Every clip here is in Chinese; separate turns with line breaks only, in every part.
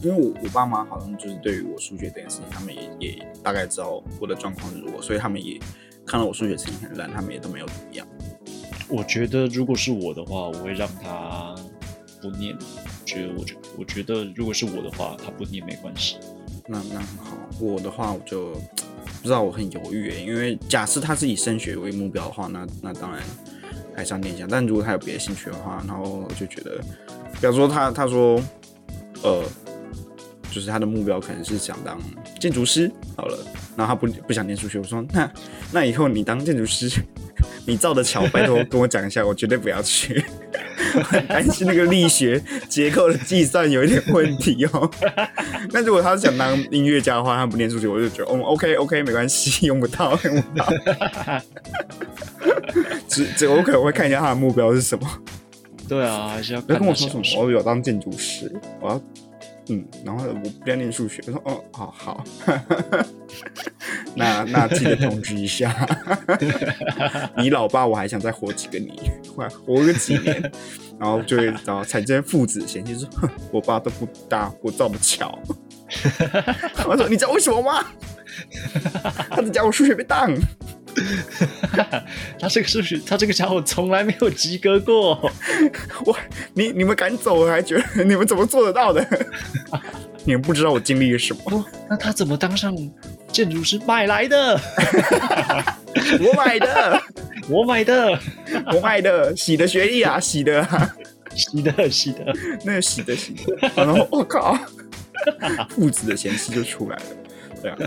因为我我爸妈好像就是对于我数学这件事情，他们也也大概知道我的状况是如何，所以他们也看到我数学成绩很烂，他们也都没有怎么样。
我觉得如果是我的话，我会让他不念。觉得我觉我觉得如果是我的话，他不念没关系。
那那很好，我的话我就不知道，我很犹豫欸，因为假设他是以升学为目标的话，那那当然还是要念一下。但如果他有别的兴趣的话，然后我就觉得，比方说他他说，呃，就是他的目标可能是想当建筑师，好了，然后他不不想念数学，我说那那以后你当建筑师，你造的桥，拜托跟我讲一下，我绝对不要去。 我很担心那个力学结构的计算有一点问题哦。那如果他是想当音乐家的话，他不念数学，我就觉得，哦，OK OK，没关系， 用不到，用不到。 只只我可能会看一下他的目标是什么。
对啊，还是要看
他
他
跟我说什
想
么？我有当建筑师，我要嗯，然后我不要念数学。我说哦，好好， 那那记得通知一下。 你老爸我还想再活几个你， 快活个几年，然后就会然后产生父子嫌弃，说哼我爸都不搭，我造不巧。 我说你知道为什么吗？他只讲我数学被当。
他这个数学，他这个家伙从来没有及格 过。
我你你们敢走，我还觉得你们怎么做得到的？ 你们不知道我经历了什么。
哦，那他怎么当上建筑师？买来 的，
我买的，
我买的，
我买的，洗的学历啊，洗的、啊，
洗的，洗的。
那个洗的洗的，然后我、靠，父子的嫌弃就出来了，对啊。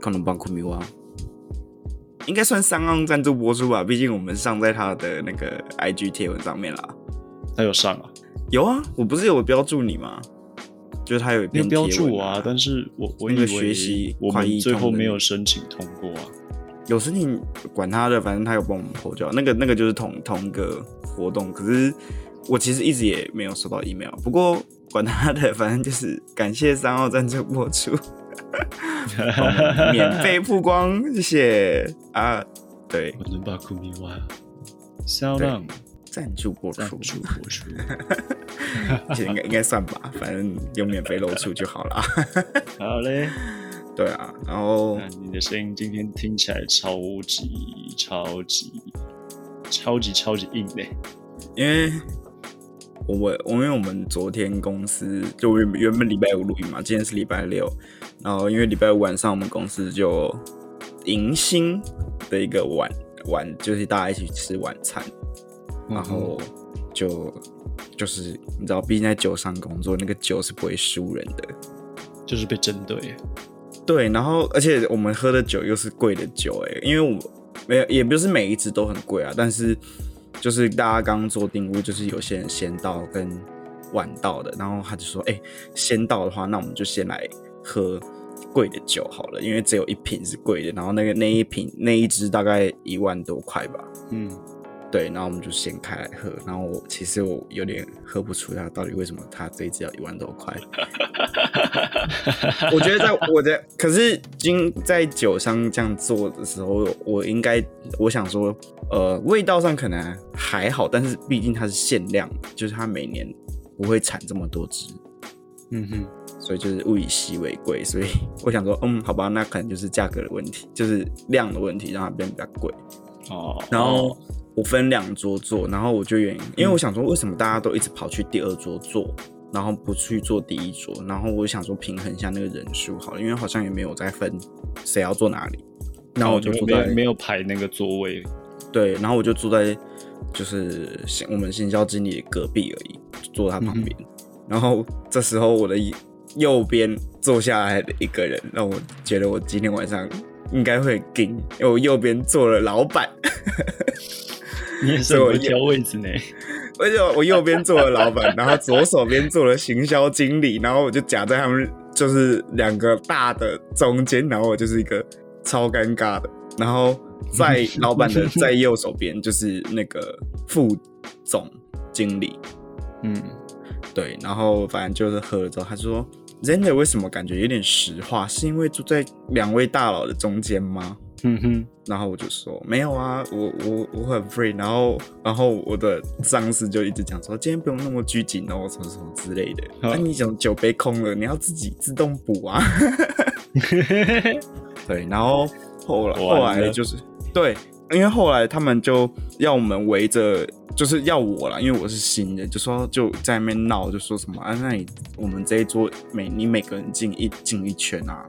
可能包括米蛙，应该算上岸赞助播出吧，毕竟我们上在他的那个 IG 贴文上面啦。
他有上啊，
有啊，我不是有标注你吗？就是他有一
没
篇
有标
贴文
注啊，但是我我
那
以
个
为
学习
我
快
们
易
最
通
后
的
没
那
有
个
申请通过啊。
有事情管他的，反正他有帮我们投教，那个那个就是同同一个活动。可是我其实一直也没有收到 email，不过管他的，反正就是感谢三号赞助播出，帮我们免费曝光，谢谢啊！对，
我能把库米瓦销
对
量
赞助播
赞
出，
助播出。
其实应该应该算吧，反正有免费露出就好啦。
好 嘞，
对啊，然后
那你的声音今天听起来超级超级超级超级硬嘞、
因为我们我因为我们昨天公司就原原本礼拜五录音嘛，今天是礼拜六，然后因为礼拜五晚上我们公司就迎新的一个晚晚，就是大家一起吃晚餐，
嗯
然后就就是你知道，毕竟在酒上工作，那个酒是不会输人的。嗯
就是被针对欸、
对，然后而且我们喝的酒又是贵的酒、欸，因为我没有，也不是每一支都很贵啊，但是就是大家刚做定位，就是有些人先到跟晚到的，然后他就说，哎、先到的话，那我们就先来喝贵的酒好了，因为只有一瓶是贵的，然后那个那一瓶那一支大概一万多块吧，
嗯，
对，然后我们就先开来喝，然后我其实我有点喝不出它到底为什么它这一支要一万多块。我觉得在我的，可是经在酒商这样做的时候，我应该我想说，呃，味道上可能还好，但是毕竟它是限量，就是它每年不会产这么多支，
嗯哼，
所以就是物以稀为贵，所以 我想说，嗯，好吧，那可能就是价格的问题，就是量的问题，让它变比较贵。
哦，嗯
然后我分两桌坐，然后我就原因，因为我想说，为什么大家都一直跑去第二桌坐，然后不去坐第一桌？然后我想说平衡一下那个人数好了，因为好像也没有在分谁要坐哪里。然后我就
哦
坐
没有
在、
没有排那个座位，
对，然后我就坐在就是行我们行销经理的隔壁而已，就坐他旁
嗯
边。然后这时候我的一右边坐下来的一个人，让我觉得我今天晚上应该会跟，因为我右边坐了老板。
你也是
所以
很
我
会
也
挑位置呢。
而且我右边坐了老板，然后左手边坐了行销经理，然后我就夹在他们就是两个大的中间，然后我就是一个超尴尬的。然后在老板的在右手边就是那个副总经理，
嗯，
对，然后反正就是喝了之后，他说 Zender 为什么感觉有点石化？是因为住在两位大佬的中间吗？
嗯哼，
然后我就说没有啊，我我我很 free。然后然后我的上司就一直讲说，今天不用那么拘谨哦，什么什么之类 的。那、
嗯
你怎么酒杯空了，你要自己自动补啊。 对，然后后来
完了
后来就是对，因为后来他们就要我们围着，就是要我啦，因为我是新人，就说就在那边闹，就说什么啊，那你我们这一桌每你每个人进一进一圈啊，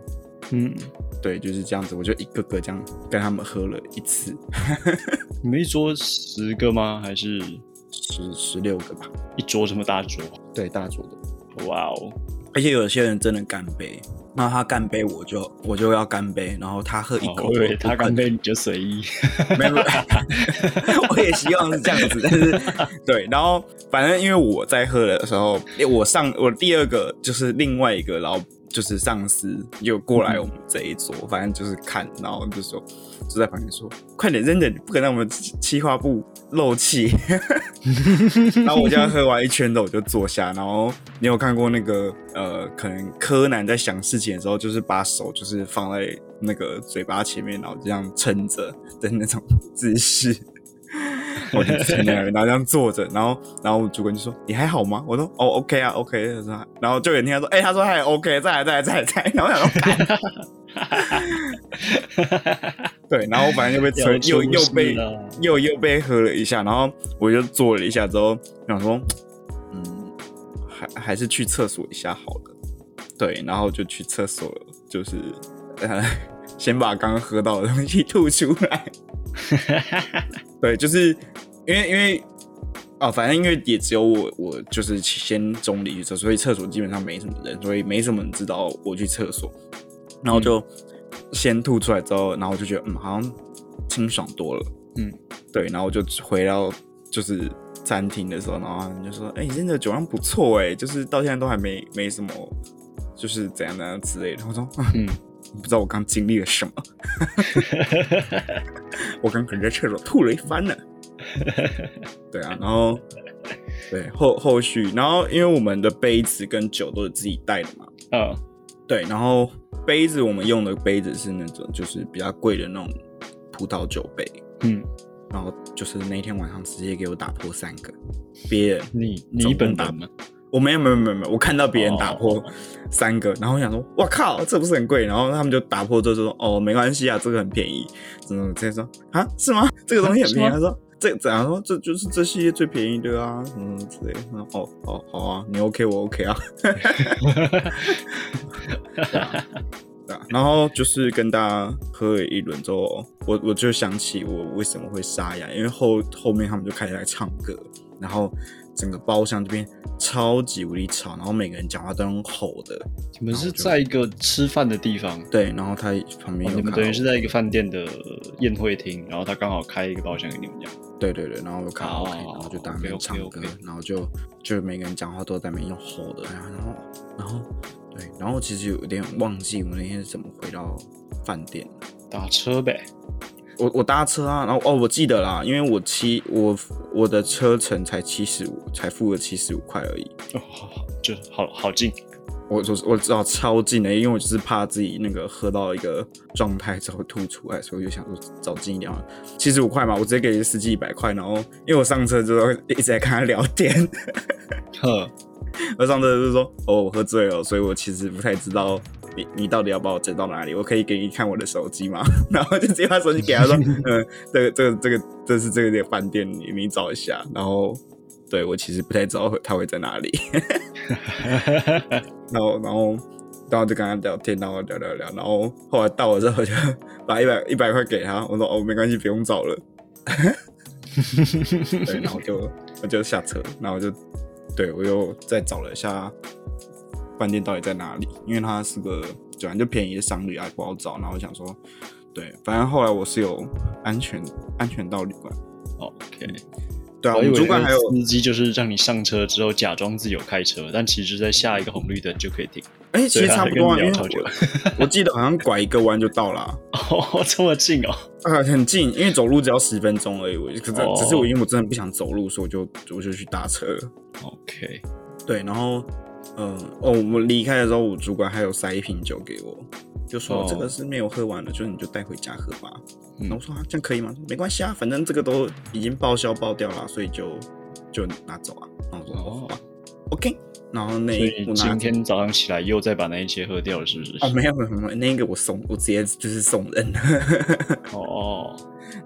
嗯，
对，就是这样子，我就一个个这样跟他们喝了一次，
你们一桌十个吗？还是
十十六个吧，
一桌这么大桌？
对，大桌的。
哇哦，
而且有些人真的干杯，那他干杯我就我就要干杯，然后他喝一口，
哦我以为
我
他干杯你就 随意，
没 有，没有我也希望是这样子，但是对，然后反正因为我在喝的时候，诶我上我第二个就是另外一个老就是上司又过
嗯
来我们这一桌，反正就是看，然后就说就在旁边说，快点扔着，你不可能让我们企企划部漏气。然后我这样喝完一圈的我就坐下，然后你有看过那个呃，可能柯南在想事情的时候，就是把手就是放在那个嘴巴前面，然后这样撑着的那种姿势。我就在那儿，然后这样坐着，然后然后我主管就说：“你还好吗？”我说：“哦，OK 啊，OK。”他说：“然后就有人听他说：‘哎、他说还 OK，再来，再来，再来，再来。’然后我想说，干 对，然后反正就被吹，又又被又又被喝了一下，然后我就坐了一下之后，想说，嗯，还还是去厕所一下好了。对，然后就去厕所了，就是 呃，先把刚刚喝到的东西吐出来。对，就是因为因为啊，反正因为也只有我，我就是先中离去厕所，所以厕所基本上没什么人，所以没什么人知道我去厕所，然后就先吐出来之后，然后我就觉得嗯，好像清爽多了，
嗯，
对，然后我就回到就是餐厅的时候，然后他们就说，哎、你真的酒量不错哎、就是到现在都还没没什么，就是怎样怎样之类的，我说，啊
嗯，
你不知道我刚经历了什么， 我刚可能在厕所吐了一番呢。对啊，然后对后后续，然后因为我们的杯子跟酒都是自己带的嘛，
啊，
对，然后杯子我们用的杯子是那种就是比较贵的那种葡萄酒杯，
嗯，
然后就是那天晚上直接给我打破三个，别人
你你本人吗？
我没有没有没有没有，我看到别人打破
哦
三个，然后我想说，哇靠，这不是很贵？然后他们就打破之后就说，哦，没关系啊，这个很便宜。怎么直接说啊？是 吗？这个东西很便宜？
啊
他说这怎样说？这就是这系列最便宜的啊，什么之类的。然后哦哦好啊，你 OK 我 OK 啊。对啊，然后就是跟大家喝了一轮之后，我我就想起我为什么会沙哑，因为后后面他们就开始来唱歌，然后整个包厢这边超级无敌吵，然后每个人讲话都用吼的，
你们是在一个吃饭的地方，哦
对，然后他旁边有卡
你们
拉
等于是
OK，
在一个饭店的宴会厅，然后他刚好开一个包厢给你们讲，
对对对，然后有卡拉 OK，
哦
然后就在那边唱歌
OK，OK，OK，
然后就就每个人讲话都在那边用吼的，哎然后然后然后对，然后其实有点忘记我那天是怎么回到饭店了。
打车呗，
我我搭车啊，然后哦，我记得啦，因为我七我我的车程才七十五，才付了七十五块而已。
哦，好好就好好近，
我我我知道超近的，因为我就是怕自己那个喝到一个状态之后吐出来，所以我就想说找近一点好了。七十五块嘛，我直接给司机一百块，然后因为我上车之后一直在跟他聊天，
呵，
我上车就说哦我喝醉了，所以我其实不太知道你你到底要把我整到哪里，我可以给你看我的手机吗？ 然后就直接把手机给他说，嗯，这个这个这个这是这个饭店，你你找一下。然后对我其实不太知道他会在哪里，然后然后然后就跟他聊天，然后聊聊聊，然后后来到了之后我就把一百一百块给他，我说哦没关系，不用找了。 对，然后就我就下车，然后我就对我又再找了一下饭店到底在哪里，因为它是个反正就便宜的商旅啊，不好找。然后我想说，对，反正后来我是有安全安全到旅馆，
哦 OK，
对啊，
我
我
以
们
为
主管
那
还
个
有，
司机就是让你上车之后假装自己有开车，但其实在下一个红绿灯就可以停。
哎、其实
对啊
差不多啊，
跟
因
你
为
聊超久
我我记得好像拐一个弯就到了啊、
哦，这么近哦。
呃，很近，因为走路只要十分钟而已。我可是、
哦
只是我因为我真的不想走路，所以我就我就去搭车了。
OK，
对，然后嗯、哦，我们离开的时候，我主管还有塞一瓶酒给我，就说、
哦
这个是没有喝完的，就是你就带回家喝吧。然
嗯
后我说啊，这样可以吗？没关系啊，反正这个都已经报销报掉了，啊所以就就拿走啊。然后我说
哦
哦，好吧，OK。然后那
所以
我拿
今天早上起来又再把那一些喝掉了，是不是？
哦，没有没有没有，那个我送，我直接就是送人。
哦哦，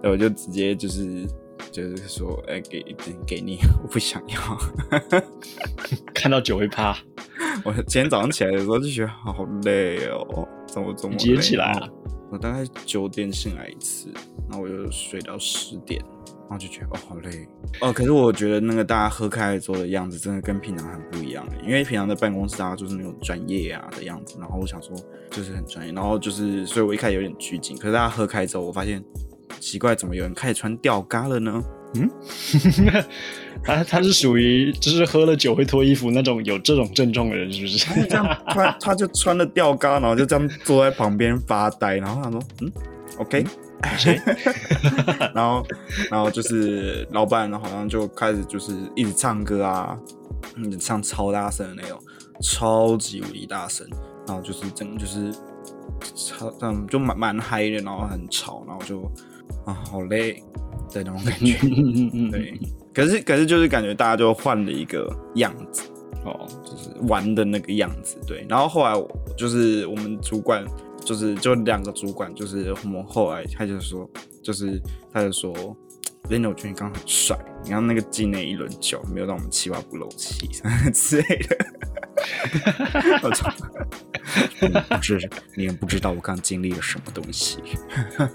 对，我就直接就是就是说，哎、给给你， 我不想要。
看到酒会怕，
我今天早上起来的时候就觉得好累哦，怎么这么
你
累
几点起来啊？
然后我大概九点醒来一次，然后我又睡到十点，然后就觉得哦好累哦。可是我觉得那个大家喝开了之后的样子，真的跟平常很不一样欸，因为平常在办公室大家就是那种专业啊的样子，然后我想说就是很专业，然后就是所以我一开始有点拘谨，可是大家喝开之后，我发现奇怪，怎么有人开始穿吊嘎了呢？
他他是属于就是喝了酒会脱衣服那种有这种症状的人，是不是？
他就这样，他他就穿了吊嘎，然后就这样坐在旁边发呆，然后他说，嗯，OK，
谁
然后然后就是老板好像就开始就是一直唱歌啊，一直唱超大声的那种，超级无敌大声，然后就是整个就是超嗯就蛮蛮嗨的，然后很吵，然后就啊好累的那种感觉，
嗯嗯嗯，
对，可是可是就是感觉大家就换了一个样子。
哦，
就是玩的那个样子，对。然后后来我就是我们主管，就是就两个主管，就是我们后来他就说，就是他就说 l i n o 觉得你刚刚很帅，你看那个进那一轮酒没有让我们气话不漏气之类的。 我操！你们不知你们不知道我刚经历了什么东西，
啊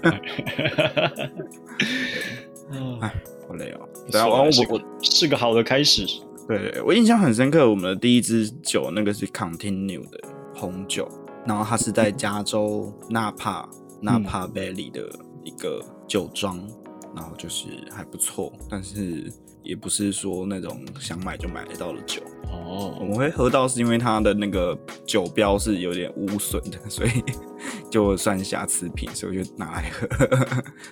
好累哦。
不
对啊，然后
错啊
我
是
我
是个好的开始。
对，对我印象很深刻，我们的第一支酒那个是 Continue 的红酒，然后它是在加州纳帕
嗯
纳帕 Valley 的一个酒庄，然后就是还不错，但是也不是说那种想买就买得到的酒。我
哦，
们会喝到是因为它的那个酒标是有点污损的，所以 就算瑕疵品，所以我就拿来喝，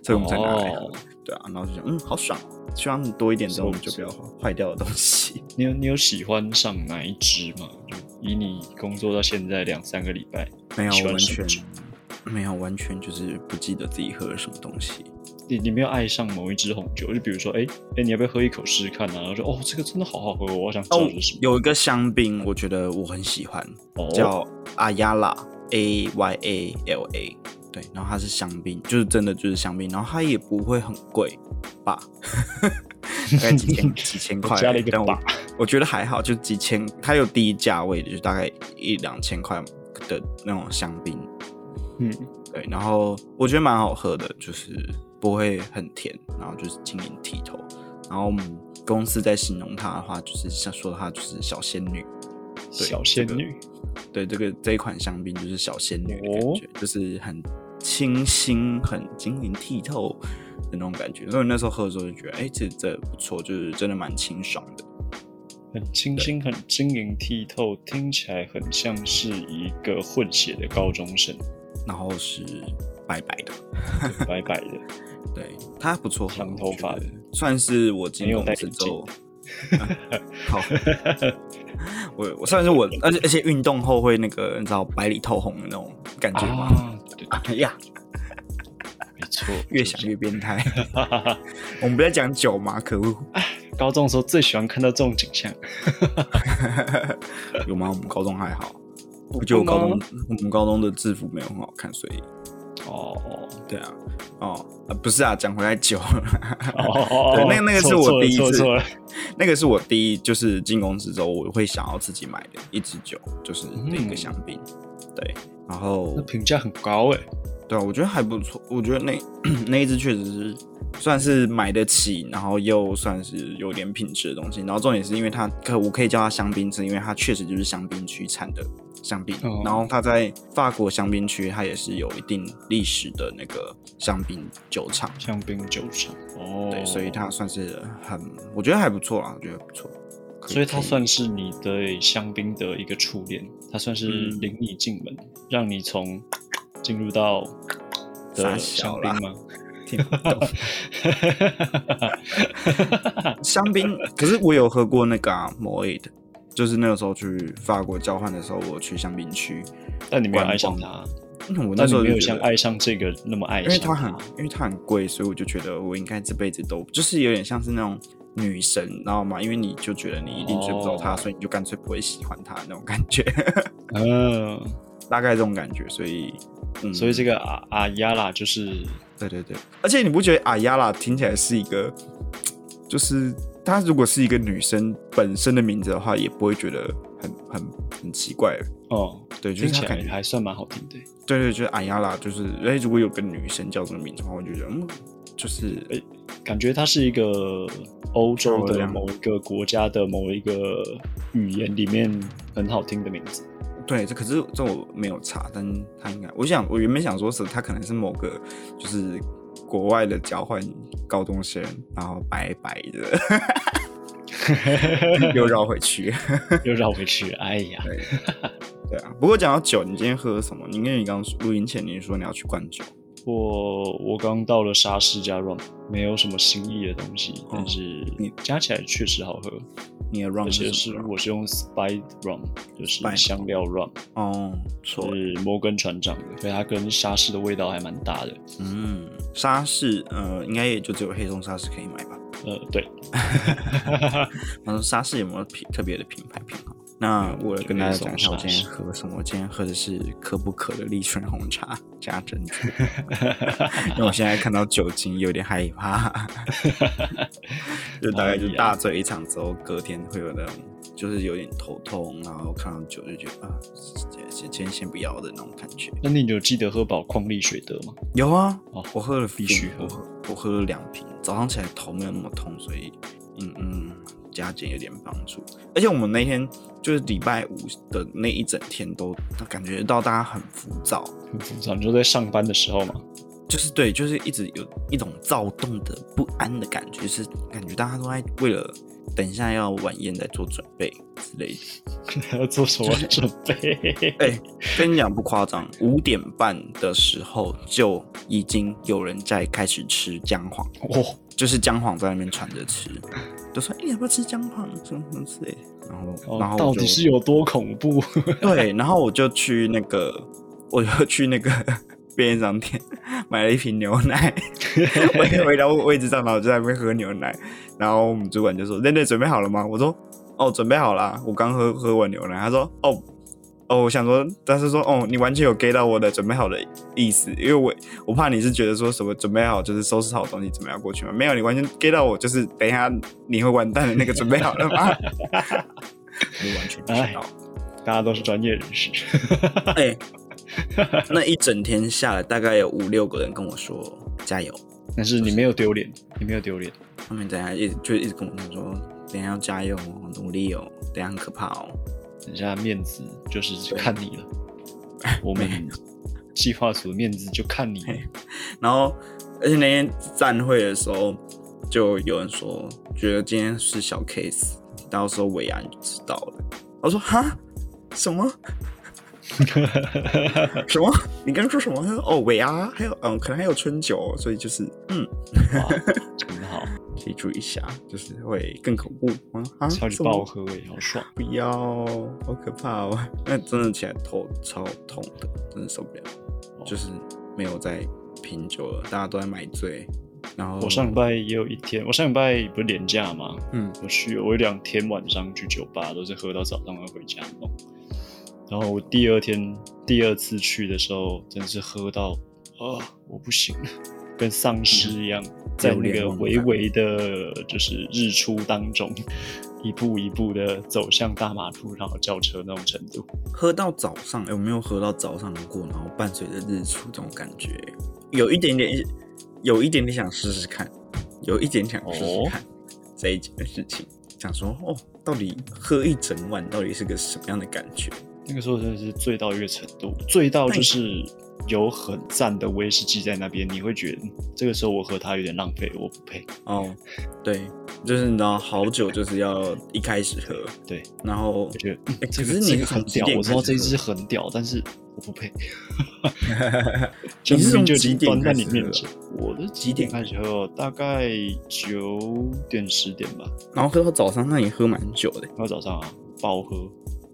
所以我们才拿来喝。
哦
对啊，然后就想，嗯，好爽，希望多一点这种
是
酒标坏掉的东西。
你有你有喜欢上哪一支吗？就以你工作到现在两三个礼拜，
没有
喜，欢
完
什么
全
酒
没有，完全就是不记得自己喝了什么东西。
你你没有爱上某一支红酒，就比如说，哎、哎、你要不要喝一口试试看啊？然后说，哦，这个真的好好喝，我好想知道
哦
这是什，么。
有一个香槟，我觉得我很喜欢，
哦，
叫阿亚拉 A Y A L A。对，然后它是香槟，就是真的就是香槟，然后它也不会很贵吧，大概几 千几千块而已，
哦加了一个
但我
吧
我觉得还好，就几千，它有低价位的，就大概一两千块的那种香槟，
嗯，
对，然后我觉得蛮好喝的，就是不会很甜，然后就是晶莹剔透。然后我们公司在形容它的话，就是像说它就是小仙女。
小仙女，
对，这个这一款香槟就是小仙女的感觉，就是很清新、很晶莹剔透的那种感觉。所以我那时候喝的时候就觉得，哎、这这不错，就是真的蛮清爽的。
很清新，很晶莹剔透，听起来很像是一个混血的高中生，
然后是白白的，
白白的，
对，它不错喝，
长
我
头
觉
发
得
的
算是我进
没有戴
公司
眼
之后
镜。
啊好，我我算是我，而且而且运动后会那个你知道白里透红的那种感觉吗？
啊，对，对
哎 呀，
没错，
越想 越变态。
哈哈哈。
我们不在讲酒吗？可恶，
高中的时候最喜欢看到这种景象，
有吗？我们高中还好，我觉得我高中我们高中的制服没有很好看，所以
哦
对啊，哦，呃不是啊，讲回来酒，
哦哦，
对那个那个是
错
我
错了
第一
错了
次
错了
那个是我第一就是进公司之后我会想要自己买的一支酒，就是那个
嗯
香槟，对，然后
那评价很高哎，
对啊，我觉得还不错。我觉得那 那一只确实是算是买得起，然后又算是有点品质的东西。然后重点是因为它可我可以叫它香槟吃，因为它确实就是香槟区产的香槟。
哦
然后它在法国香槟区，它也是有一定历史的那个香槟酒厂。
香槟酒厂哦，
对，所以它算是很，我觉得还不错啦，我觉得不错。可
所以它
可
算是你对香槟的一个初恋，它算是
嗯
领你进门，让你从进入到
傻
的
小
香槟
啦
吗？
听不懂。 香槟，可是我有喝过那个啊 m o e 的，就是那个时候去法国交换的时候，我去香槟区，
但你没有爱上
观
它，
嗯我那
但
时
你
候
没有
就觉
像
得
爱啊上这个那么爱
因
上
为它很，因为它很贵，所以我就觉得我应该这辈子都就是有点像是那种女神，你知道吗？因为你就觉得你一定追不到她，
哦
所以你就干脆不会喜欢她那种感觉，
嗯、
大概这种感觉。所以，嗯，
所以这个阿阿亚拉就是
对对对，而且你不觉得阿亚拉听起来是一个，就是她如果是一个女生本身的名字的话，也不会觉得很很很奇怪。
哦，
对，就
听
是她
起
感
来
觉，
还算蛮好听的。
对对，就是阿亚拉，就是哎，如果有个女生叫这个名字的话，我就觉得嗯，就是
感觉它是一个欧洲
漂
的
亮
某一个国家的某一个语言里面很好听的名 字。
对，这可是这我没有查，但她应该，我想我原本想说是她可能是某个就是国外的交换高中生，然后白白的 又绕回去。
又绕回去，哎呀，
对，对啊。不过讲到酒，你今天喝了什么？你因为你刚录音前你说你要去灌酒，
我我刚到了沙士加 rum，没有什么新意的东西，但是
哦你
加起来确实好喝，
你的 rum
而且
是
是
什么？
我是用 spiced rum，就是
Spiced
香料 rum，
哦，错
就，是摩根船长的，所以它跟沙士的味道还蛮搭的。
嗯，沙士，呃，应该也就只有黑松沙士可以买吧。
呃，对，
他说沙士有没有品特别的品牌偏好？那我来嗯跟大家讲一下我今天喝什么。我今天喝的是可不可的立春红茶加珍珠， 因为我现在看到酒精有点害 怕，就大概就大醉一场之后，隔天会有那种就是有点头痛，然后看到酒就觉得啊，先先先不要的那种感觉。
那你有记得喝饱矿力水德吗？
有啊，
哦
我喝了
必须喝
我喝我喝了两瓶，早上起来头没有那么痛，所以嗯嗯，加减有点帮助。而且我们那天就是礼拜五的那一整天都感觉到大家很浮躁，
很浮躁，你说在上班的时候嘛，
就是对，就是一直有一种躁动的不安的感觉，就是感觉大家都在为了等一下要晚宴在做准备之类的。
还要做什么准备？
哎、跟你讲不夸张，五点半的时候就已经有人在开始吃姜黄。
哦，
就是姜黄在那边传着吃，就说：“哎、你要不要吃姜黄？什么什么之类的。”然后，然后
哦
我
到
就
底是有多恐怖？
对，然后我就去那个， 我就去那个 便利商店买了一瓶牛 奶，回回到位置上，然后我就在那边喝牛奶。然后我们主管就说：“那那准备好了吗？”我说：“哦，准备好啦，我刚喝喝完牛奶。”他说：“哦。”哦，我想说，但是说，哦，你完全有 get 到我的准备好的意思，因为我我怕你是觉得说什么准备好就是收拾好东西准备要过去嘛，没有，你完全 get 到我就是等一下你会完蛋的那个准备好了吗？ 你完全不知道，
大家都是专业人士，
哎、那一整天下来，大概有五六个人跟我说加油，
但是你没有丢脸，你没有丢脸，
他们等一下一直就一直跟我讲说，等一下要加油哦，努力哦，等一下很可怕哦。
等一下面子就是看你 了，我们计划组的面子就看你了。
然后，而且那天站会的时候，就有人说觉得今天是小 case，到时候尾牙你就知道了。我说哈，什 么什么？你刚刚说什么？他说哦尾牙，还有嗯，可能还有春酒，所以就是嗯，
哇，真好，
自己注意一下，就是会更恐怖。嗯啊，
超级
什么
爆喝哎，好爽！
不要，好可怕哦！ 那真的起来头超痛的，真的受不了。
哦
就是没有在品酒了，大家都在买醉。然后
我上礼拜也有一天，我上礼拜不是连假吗？
嗯，
我去，我有两天晚上去酒吧都是喝到早上要回家弄。然后我第二天第二次去的时候，真是喝到啊、我不行了，跟丧尸一样，在那
嗯流连
个
忘返
微微的，就是日出当中，一一步一步的走向大马路，然后叫车那种程度。
喝到早上，有没有喝到早上过，然后伴随着日出这种感觉？有一点点，有一点点想试试看，有一点想试试
哦
看、这一件事情，想说哦，到底喝一整晚到底是个什么样的感觉？
那个时候真的是醉到一个程度，醉到就是
哎
有很赞的威士忌在那边，你会觉得嗯这个时候我喝它有点浪费，我不配。
哦，对，就是你知道，好酒就是要一开始喝，
对，
然后
我觉得、
哎
这
可
个
是你
这
是
个
从
很
几
屌，
点
我知道
开始
这一
喝
支很屌，但是我不 配。
你是
明
从
明就已
几
经
点
端
开
在你
始
面
喝
前，我的
几
几
点
点开始喝？大概九点十点吧，
然后喝到早上，那你喝蛮久的，
那早上啊，爆喝。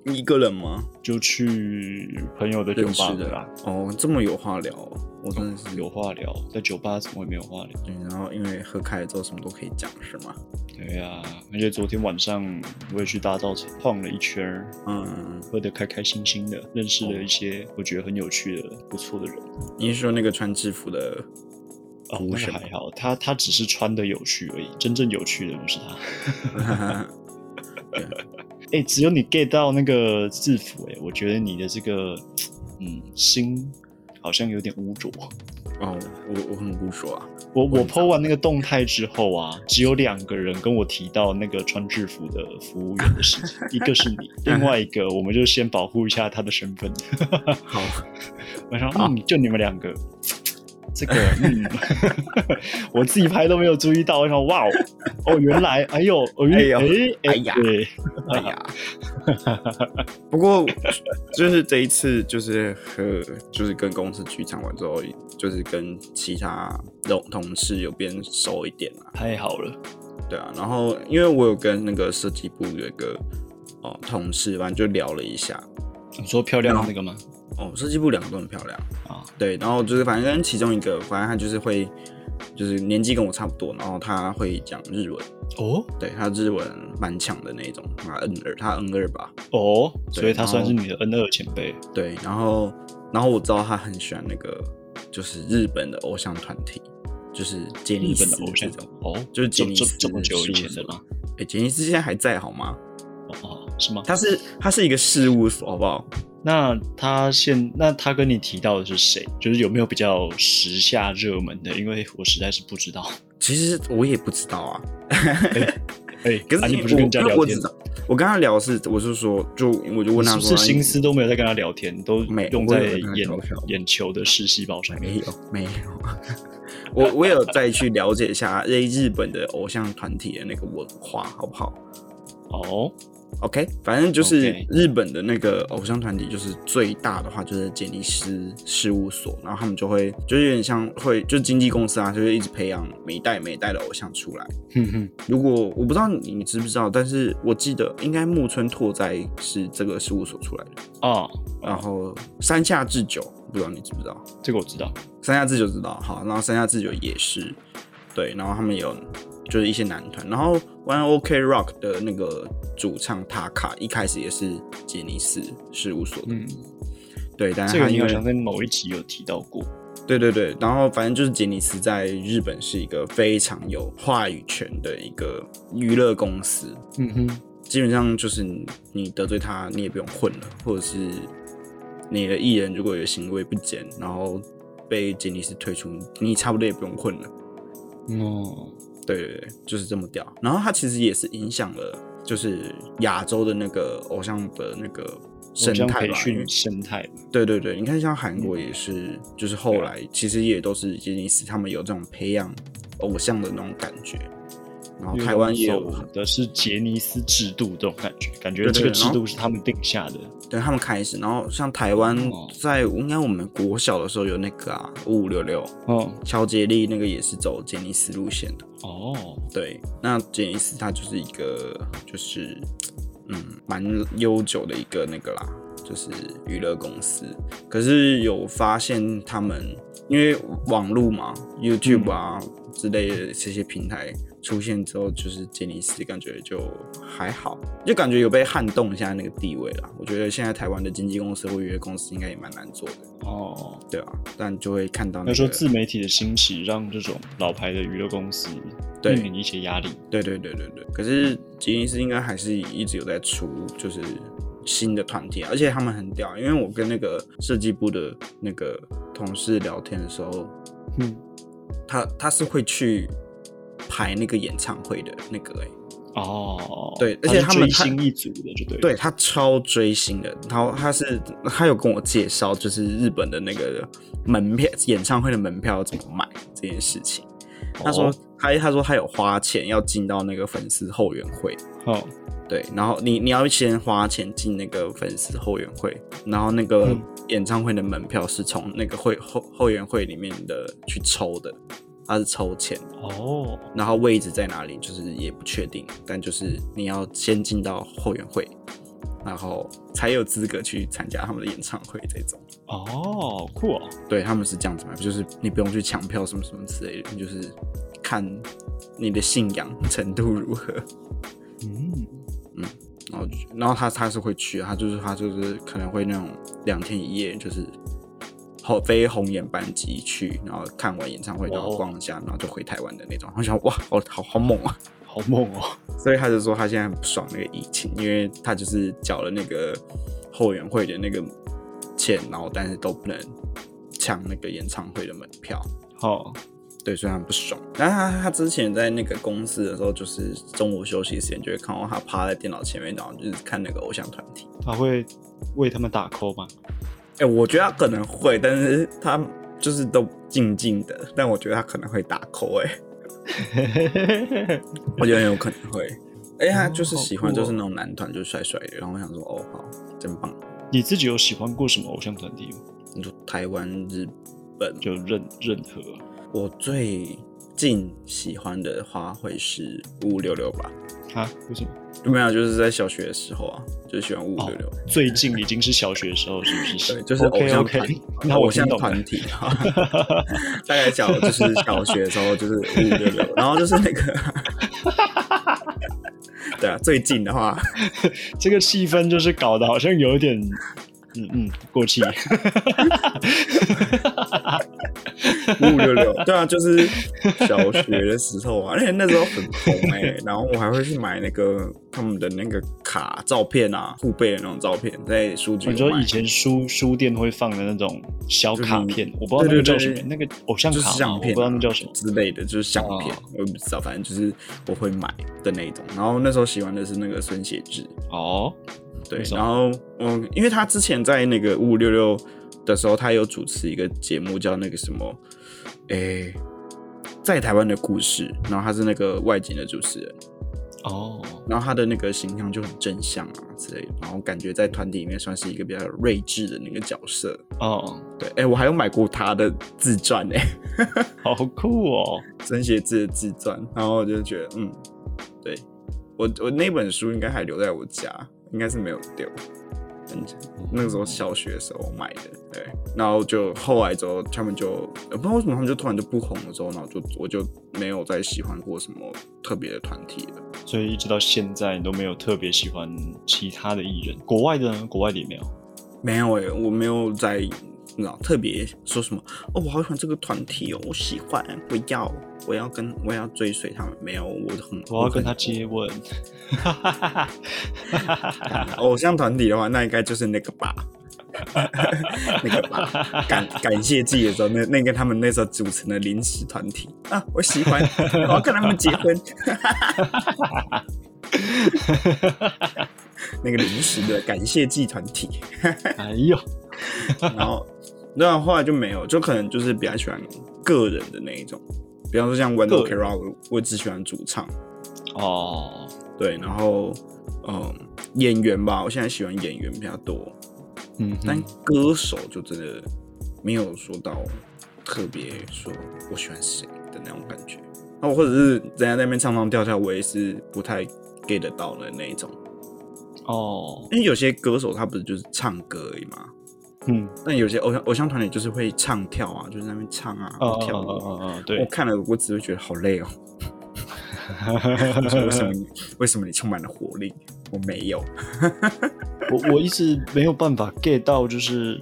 你一个人吗？
就去朋友的酒
认识
吧喝
的
啦，
哦，这么有话聊哦，我真的是
有。话聊，在酒吧怎么会没有话聊？
嗯，然后因为喝开了之后什么都可以讲，是吗？
对呀、而且昨天晚上我也去大稻城晃了一圈儿，
嗯，
喝得开开心心的，认识了一些我觉得很有趣的、不错的人。
你是说那个穿制服的
哦，
胡
那
什
个
么
还好，他他只是穿的有趣而已，真正有趣的人是他。哎、只有你 get 到那个制服、哎，我觉得你的这个，嗯，心好像有点污浊。
哦，我我很不说啊。
我我 PO 完那个动态之后啊，只有两个人跟我提到那个穿制服的服务员的事情，一个是你，另外一个我们就先保护一下他的身份。
好，
我想，
啊
嗯，就你们两个，这个，嗯， 我自己拍都没有注意到。我 想，哇哦，哦，原来，哎呦，哦
哎
原
呦
来，哎，
哎呀
对，
哎呀， 不过就是这一次就是和就是跟公司聚餐完之后，就是跟其他那种同事有变熟一点啦、
太好了，
对啊，然后因为我有跟那个设计部有一个哦同事，反正就聊了一下。
你说漂亮的那个吗？
哦，设计部两个都很漂亮，
啊，
对，然后就是反正其中一个，反正他就是会，就是年纪跟我差不多，然后他会讲日文，
哦，
对他日文蛮强的那种，他 N 二，他 N 二吧，
哦，所
对
以他算是你的 N 二前辈，
对，然后然后我知道他很喜欢那个就是日本的偶像团体，就是杰尼
日
斯
本的偶像
这种，，
哦，
就是杰
这
尼
这
斯
这么久以前的
吗
吗？？
哎，杰尼斯现在还在好吗？
哦哦，是吗？
他是他是一个事务所，好不好？
那他现那他跟你提到的是谁？就是有没有比较时下热门的？因为我实在是不知道。
其实我也不知道啊，
哎、
可是
啊、
因
你
为
不是跟人家
我
聊
我只
天
知？道我跟他聊是，我是说，就我就问他说，啊哎
是不是心
你
思都没有在跟他聊天，都
没
用
我
在
有跟他
眼
聊天
眼球的视细胞上
没
面？
有没有，我我有再去了解一下诶日本的偶像团体的那个文化，好不好
哦，
？OK，反正就是
OK
日本的那个偶像团体，就是最大的话就是杰尼斯事务所，然后他们就会就是有点像会就是经纪公司啊，就会一直培养每一代每一代的偶像出来。
哼哼，
如果我不知道你你知不知道，但是我记得应该木村拓哉是这个事务所出来的，
啊，
然后山下智久，不知道你知不知道？
这个我知道。
三下智久知道，好，然后三下智久也是，对，然后他们有就是一些男团，然后 One OK Rock 的那个主唱塔卡一开始也是杰尼斯事务所的，
嗯，
对，但是
这
他
个你
因
好
为
像在某一集有提到过。
对对对，然后反正就是杰尼斯在日本是一个非常有话语权的一个娱乐公司，
嗯哼，
基本上就是你你得罪他，你也不用混了，或者是你的艺人如果有行为不检，然后被杰尼斯推出，你差不多也不用混了。
哦，
对对对，就是这么屌。然后它其实也是影响了，就是亚洲的那个偶像的那个生
偶像
态
培
吧。因为
训嗯生态嘛，
对对对，你看像韩国也是，就是后
啊
来其实也都是杰尼斯他们有这种培养偶像的那种感觉。然后哦台湾也有，
走的是杰尼斯制度这种感觉，感觉
对对
这个
然
制
后
度是他们定下的。
对他们开始，然后像台湾
哦
在应该我们国小的时候有那个啊五五六六
哦
乔杰利那个也是走杰尼斯路线的。
哦，
对，那杰尼斯它就是一个就是嗯蛮悠久的一个那个啦，就是娱乐公司。可是有发现他们因为网络嘛，YouTube 啊之类的这些平台，出现之后，就是杰尼斯感觉就还好，就感觉有被撼动一下那个地位啦。我觉得现在台湾的经纪公司或约公司应该也蛮难做的，
哦，
对啊，但就会看到那
要
个
说自媒体的兴起，让这种老牌的娱乐公司
对
面临一些压力。
对对对对对。可是吉尼斯应该还是一直有在出，就是新的团体啊，而且他们很屌。因为我跟那个设计部的那个同事聊天的时候，
嗯，
他他是会去排那个演唱会的那个、欸，
哦，
对而且他
是
们
追星一族的，就对了。
对他超追星的，然后他是他有跟我介绍，就是日本的那个门票演唱会的门票怎么买这件事情。他说
哦
他他说他有花钱要进到那个粉丝后援会，
好，
对，然后你你要先花钱进那个粉丝后援会，然后那个
嗯
演唱会的门票是从那个会后后援会里面的去抽的，他是抽签，
哦，
然后位置在哪里就是也不确定，但就是你要先进到后援会，然后才有资格去参加他们的演唱会这种。
哦，酷哦，
对他们是这样子嘛，就是你不用去抢票什么什么之类的，你就是看你的信仰程度如何。
嗯，
然后就然后他他是会去的，他就是他就是可能会那种两天一夜，就是好飞红眼班机去，然后看完演唱会，
哇哦
然后逛一下，然后就回台湾的那种。我想哇，好好好猛啊！
好猛哦，
所以他就说他现在很不爽那个疫情，因为他就是缴了那个后援会的那个钱，然后但是都不能抢那个演唱会的门票。
好，
对，所以他很不爽。但是他他之前在那个公司的时候，就是中午休息时间就会看到他趴在电脑前面，然后就是看那个偶像团体。
他会为他们打 call 吗？
哎、我觉得他可能会，但是他就是都静静的，但我觉得他可能会打 call 哎、我觉得很有可能会。哎、他就是喜欢
哦好酷
就
哦
是那种男团，就是帅帅的。然后我想说，哦，好，真棒。
你自己有喜欢过什么偶像团体吗？
你说台湾、日本，
就任任何
我最近喜欢的话会是五五六六吧？
啊？为什么？
没有，就是在小学的时候啊，就喜欢五五
哦
六六。，
最近已经是小学的时候，是不是？
对，就是偶
OK
像
OK，
团
那
偶
我听
像
懂了
团体 啊，大概小就是小学的时候就是五五六六，然后就是那个，对啊，最近的话，
这个气氛就是搞得好像有点，嗯嗯，不 过气。
五五六六，对啊，就是小学的时候啊，而且那时候很红哎、然后我还会去买那个他们的那个卡照片啊，父辈的那种照片，在书局
哦你说
买
以前书书店会放的那种小卡片，我不知道那
对对对
个叫什么，
对
那个偶像
就是
卡嘛，
相
我不
片、啊，
知道那叫什么。
之类的，就是相片，
哦
我也不知道，反正就是我会买的那一种。然后那时候喜欢的是那个孙协志，
哦，
对
为，什么
然后嗯，因为他之前在那个五五六六的时候，他有主持一个节目叫那个什么，诶、在台湾的故事，然后他是那个外景的主持人，
哦，
然后他的那个形象就很正向啊之类的，然后感觉在团体里面算是一个比较睿智的那个角色。
哦，
对，诶、我还有买过他的自传 诶、
好酷哦！
真写字的自传，然后我就觉得，嗯，对我我那本书应该还留在我家，应该是没有丢。很那个时候小学的时候买的，对，然后就后来之后他们就呃不知道为什么他们就突然就不红了，之后然后就我就没有再喜欢过什么特别的团体了。
所以一直到现在你都没有特别喜欢其他的艺人，国外的呢？国外的也没有。
没有诶、我没有在你知道特别说什么哦，我好喜欢这个团体哦，我喜欢，我要，我要跟我要追随他们。没有，我很
我要
很
跟他接吻。
偶像团体的话，那应该就是那个吧， 那个吧。感感谢季的时候，那那个他们那时候组成的临时团体啊，我喜欢，我要跟他们结 婚。那个临时的感谢季团体，
哎呦，
然后那后来就没有，就可能就是比较喜欢个人的那一种，比方说像 Wendell
个人
Kira，我我只喜欢主唱，
哦，
对，然后嗯演员吧，我现在喜欢演员比较多，
嗯哼，
但歌手就真的没有说到特别说我喜欢谁的那种感觉。那我或者是人家在那边唱唱跳跳，我也是不太 get 得到的那一种。
哦，
因为有些歌手他不是就是唱歌而已嘛，
嗯，
但有些偶像偶像团体就是会唱跳啊，就是在那边唱啊、
哦哦
跳
哦
舞啊。
哦哦，
我
对，
看了我只会觉得好累哦，他说为什么你为什么你充满了活力？我没有，
我我一直没有办法 get 到，就是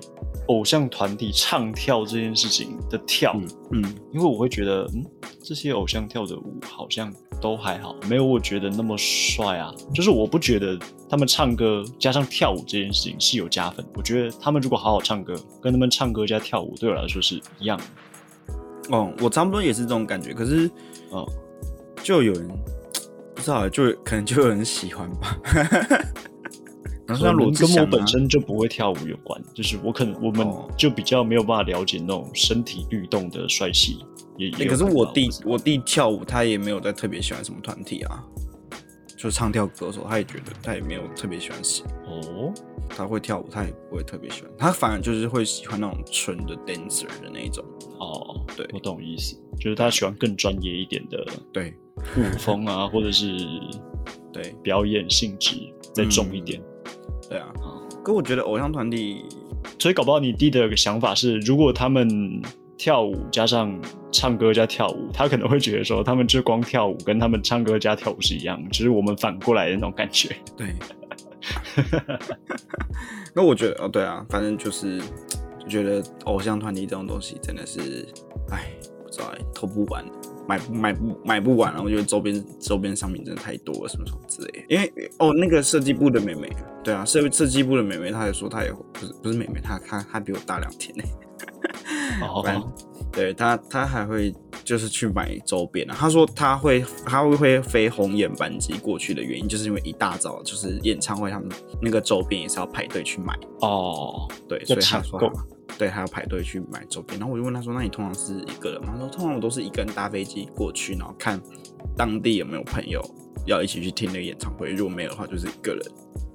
偶像团体唱跳这件事情的跳，
嗯
因为我会觉得，嗯，这些偶像跳的舞好像都还好，没有我觉得那么帅啊。就是我不觉得他们唱歌加上跳舞这件事情是有加分，我觉得他们如果好好唱歌，跟他们唱歌加跳舞对我来说是一样的。
哦，我差不多也是这种感觉，可是
嗯，
就有人不知道，就可能就有人喜欢吧。 然后像罗志
跟我
祥、啊、
本身就不会跳舞有关，就是我可能我们
哦
就比较没有办法了解那种身体律动的帅气。也也
欸、
有
可是
能
我
吧
弟
不知道
我弟跳舞，他也没有在特别喜欢什么团体啊，就唱跳歌手，他也觉得他也没有特别喜欢谁。
哦，
他会跳舞，他也不会特别喜欢，他反而就是会喜欢那种纯的 dancer 的那一种。
哦，
对
我懂意思，就是他喜欢更专业一点的
对
舞风啊，或者是
对
表演性质再重一点。
对啊
哦，
可我觉得偶像团体，
所以搞不好你弟的想法是，如果他们跳舞加上唱歌加跳舞，他可能会觉得说，他们就光跳舞跟他们唱歌加跳舞是一样，只是我们反过来的那种感 觉。
对，那我觉得哦，对啊，反正就是就觉得偶像团体这种东西真的是，哎，不知道哎，投不完。买不买不买不完啊！我觉得周边周边商品真的太多了，什么什么之类的。因为哦，那个设计部的妹妹，对啊，设设计部的妹妹，她也说她也不是不是妹妹，她她她比我大两天呢、
哦
反正对他，他还会就是去买周边啊。他说他会，他会会飞红眼班机过去的原因，就是因为一大早就是演唱会，他们那个周边也是要排队去买，
哦，
对，所
要
以他
抢
说
购
他对，他要排队去买周边。然后我就问他说，那你通常是一个人吗？他说通常我都是一个人搭飞机过去，然后看当地有没有朋友要一起去听那个演唱会，如果没有的话，就是一个人。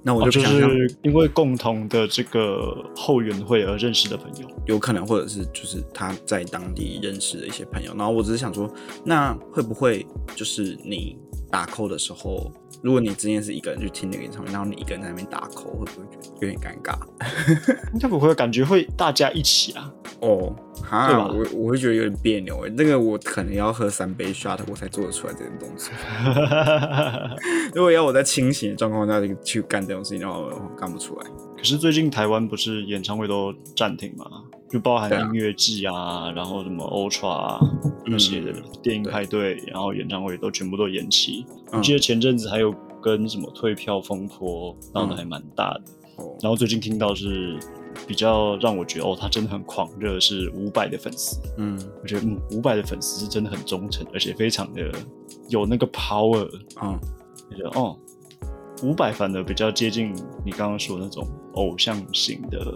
那我
哦就
就想象、
是因为共同的这个后援会而认识的朋友。
有可能，或者是就是他在当地认识的一些朋友。然后我只是想说，那会不会就是你打扣的时候，如果你之前是一个人去听那个演唱会，然后你一个人在那边打扣，会不会觉得有点尴尬？
应该不会，感觉会大家一起啊。
哦，
对
哈，
吧
我我会觉得有点别扭诶、欸那个我可能要喝三杯 shot 我才做得出来这个动作。 如果要我在清醒的状况下去干这种事情的话，我干不出来。
可是最近台湾不是演唱会都暂停嘛，就包含
对啊
音乐季啊，然后什么 Ultra 啊
嗯
那些的电影派对，然后演唱会都全部都延期。
嗯
我记得前阵子还有跟什么退票风波闹得
嗯
还蛮大的，
哦，
然后最近听到是比较让我觉得哦，他真的很狂热的是伍佰的粉丝，
嗯，
我觉得嗯，伍佰的粉丝是真的很忠诚，而且非常的有那个 power，
嗯，
觉得哦，伍佰反而比较接近你刚刚说的那种偶像型的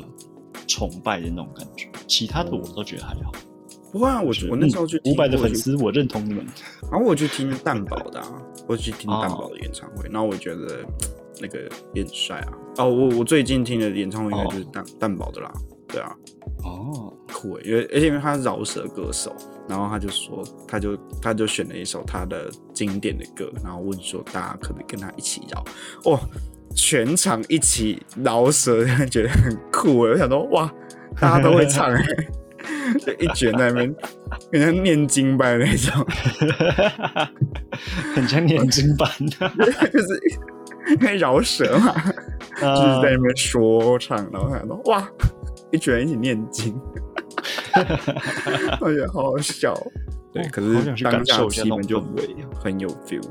崇拜的那种感觉，其他的我都觉得还好。
不会啊，我
就是
我那时候去
嗯伍
听
佰的
我去
粉丝，我认同 你们。
然后我去听蛋堡的、啊，我去听蛋堡的演唱会，然后我觉得嗯那个也很帅啊。哦，我我最近听的演唱会应该就是蛋、蛋堡的啦，对啊，
哦，
酷欸，因为而且因为他是饶舌歌手，然后他就说他就他就选了一首他的经典的歌，然后问说大家可不可以跟他一起饶，哇、全场一起饶舌，觉得很酷欸我想说哇，大家都会唱哎、就一卷在那边， 有点像念经般的那种。
很像年轻版的，
就是因为饶舌嘛， 就是在那边说唱，然后想到哇，一群人一起念经， 我觉得好好笑。 对，
哦
可
好
是
想去
当
感
下
受一下
气
那种
氛就
氛围啊
很有 feel。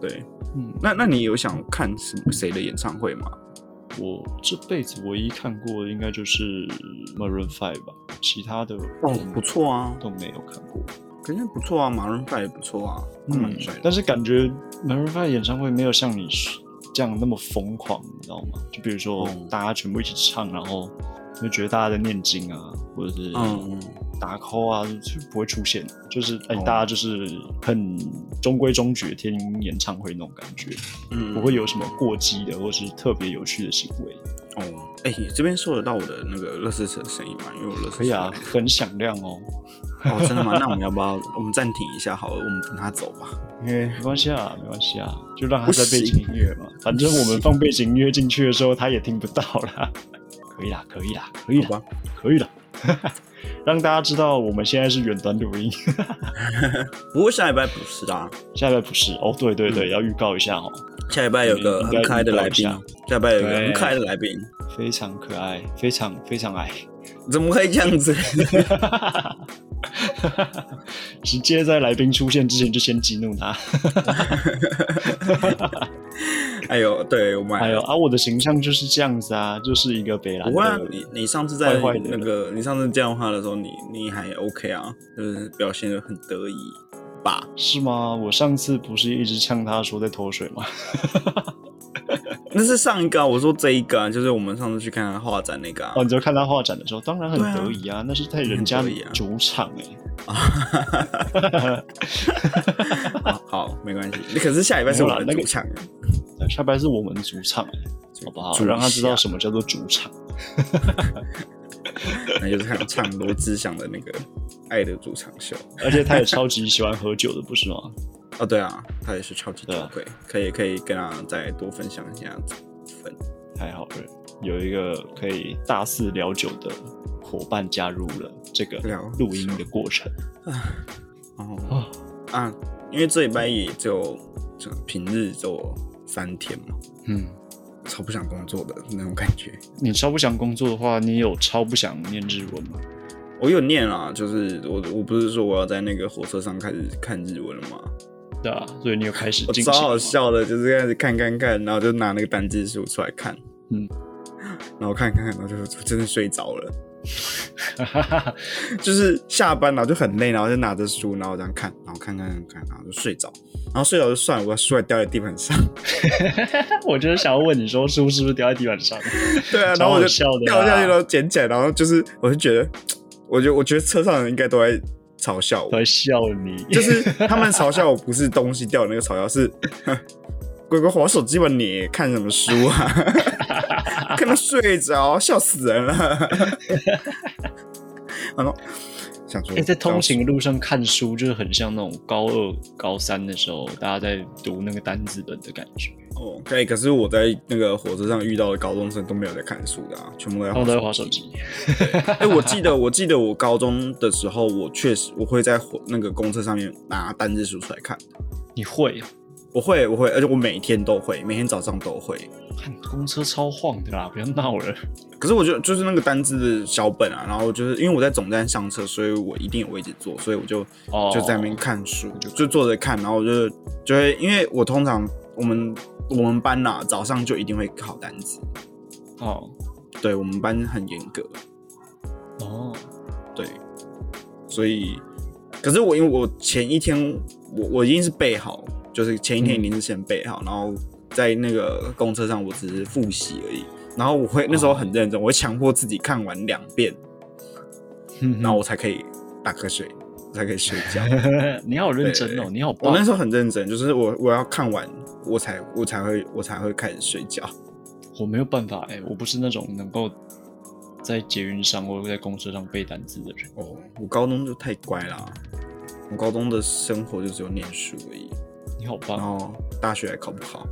对，
嗯，
那那你有想看什么谁的演唱会吗？
我这辈子唯一看过的应该就是 Maroon Five 吧，其他的
哦，不错啊，
都没有看过。
可是不错啊，马润发也不错啊，他蛮帅的。
嗯但是感觉 Maroon 5演唱会没有像你这样那么疯狂，你知道吗？就比如说
嗯
大家全部一起唱，然后就觉得大家在念经啊，或者是
嗯
打 call 啊，就不会出现，就是哎、
哦
大家就是很中规中矩的听演唱会那种感觉，
嗯，
不会有什么过激的或是特别有趣的行为。
哦。哎、你这边收得到我的那个乐视车的声音吗？因为我乐视
可 以啊，很响亮哦，
哦，真的吗？那我们要不要我们暂停一下好了？我们等他走吧，因为
没关系啊，没关系啊，就让他
不
在背景
行
音乐嘛，反正我们放 背景音乐进去的时候，他也听不到啦。可以啦，可以啦，可以啊
好
啦
吧，
可以啦。 让大家知道我们现在是远端录音。
不过下礼拜不是啊啦，
下礼拜不是哦，对对对，要预告一下哦，
下礼拜有个很可爱的来宾
应该预告，
下礼拜有个
对
很可爱的来宾，
非常可爱，非常非常爱，
怎么可以这样子？
直接在来宾出现之前就先激怒他。
哎呦，对我们
还有啊，我的形象就是这样子啊，就是一个北兰
不会啊
的，
你你上次在
坏坏的
那个你上次这样话的时候，你你还 OK 啊，就是表现的很得意吧？
是吗？我上次不是一直呛他说在偷水吗？
那是上一个、啊，我说这一个、啊、就是我们上次去看画展那个啊
哦，，你就看他画展的时候，当然很
对啊
得意啊，那是在人家
很得意啊
主场哎、
好好没关系，那可是下礼拜是我们的
没有啦那个
主场，啊
对下班是我们主场、欸，好不好？
主
让他知道
席啊
什么叫做主场。
那就是看唱罗志祥的那个《爱的主场秀》
而且他也超级喜欢喝酒的，不是吗？
哦，对啊，他也是超级酒
对啊
鬼，可以可以跟他再多分享一下分。
太好了，有一个可以大肆聊酒的伙伴加入了这个
聊
录音的过程
哦
啊。
啊，因为这礼拜也只有这平日只有三天嘛，
嗯，
超不想工作的那种感觉。
你超不想工作的话，你有超不想念日文吗？
我有念啦，就是我我不是说我要在那个火车上开始看日文了吗？
对啊，所以你有开始
我
进
超
行了吗
好笑的，就是开始看看看，然后就拿那个单字书出来看，
嗯，
然后看看看，然后就真的睡着了。
哈哈哈，
就是下班然后就很累，然后就拿着书，然后这样看，然后看看看，然后就睡着，然后睡着就算了，我把书还掉在地板 上，
我就是想要问你说，书是不是掉在地板上？
对啊， 然
超
后我
好
就
笑的
掉
啦
下去，然后捡起来，然后就是我就觉得，我觉得我觉得车上的人应该都在嘲笑我，
在笑你，
就是他们嘲笑我不是东西掉的那个嘲笑，是 鬼鬼划手机吧你看什么书啊？ 看到睡着，笑死人了。 然后想说
哎、在通勤的路上看书，就是很像那种高二、高三的时候，大家在读那个单字本的感觉，
哦，对，可是我在那个火车上遇到的高中生都没有在看书的啊，全部都在
他
划
们
手
都在
机
划手机。
哎、我记得，我记得我高中的时候，我确实我会在火那个公车上面拿单字书出来看，
你会啊？
我会，我会，而且我每天都会，每天早上都会。
看公车超晃的啦，不要闹了。
可是我觉得就是那个单字的小本啊，然后就是因为我在总站上车，所以我一定有位置坐，所以我就
哦
就在那边看书，就就坐着看，然后我就就会，因为我通常我们我们班呐、早上就一定会考单字，
哦
对我们班很严格，
哦，
对，所以，可是我因为我前一天我我一定是备好，就是前一天
嗯
一定是先备好，然后在那个公车上我只是复习而已，然后我会那时候很认真，我会强迫自己看完两遍，
嗯
然后我才可以打瞌睡，才可以睡觉。
你好认真哦，你好
我
棒
那。时候很认真，就是我我要看完我才我才会我才会开始睡觉。
我没有办法哎、我不是那种能够在捷运上或者在公车上背单字的人。
哦， 我高中就太乖啦，我高中的生活就只有念书而已，
你好
然
棒，
后大学还考不好。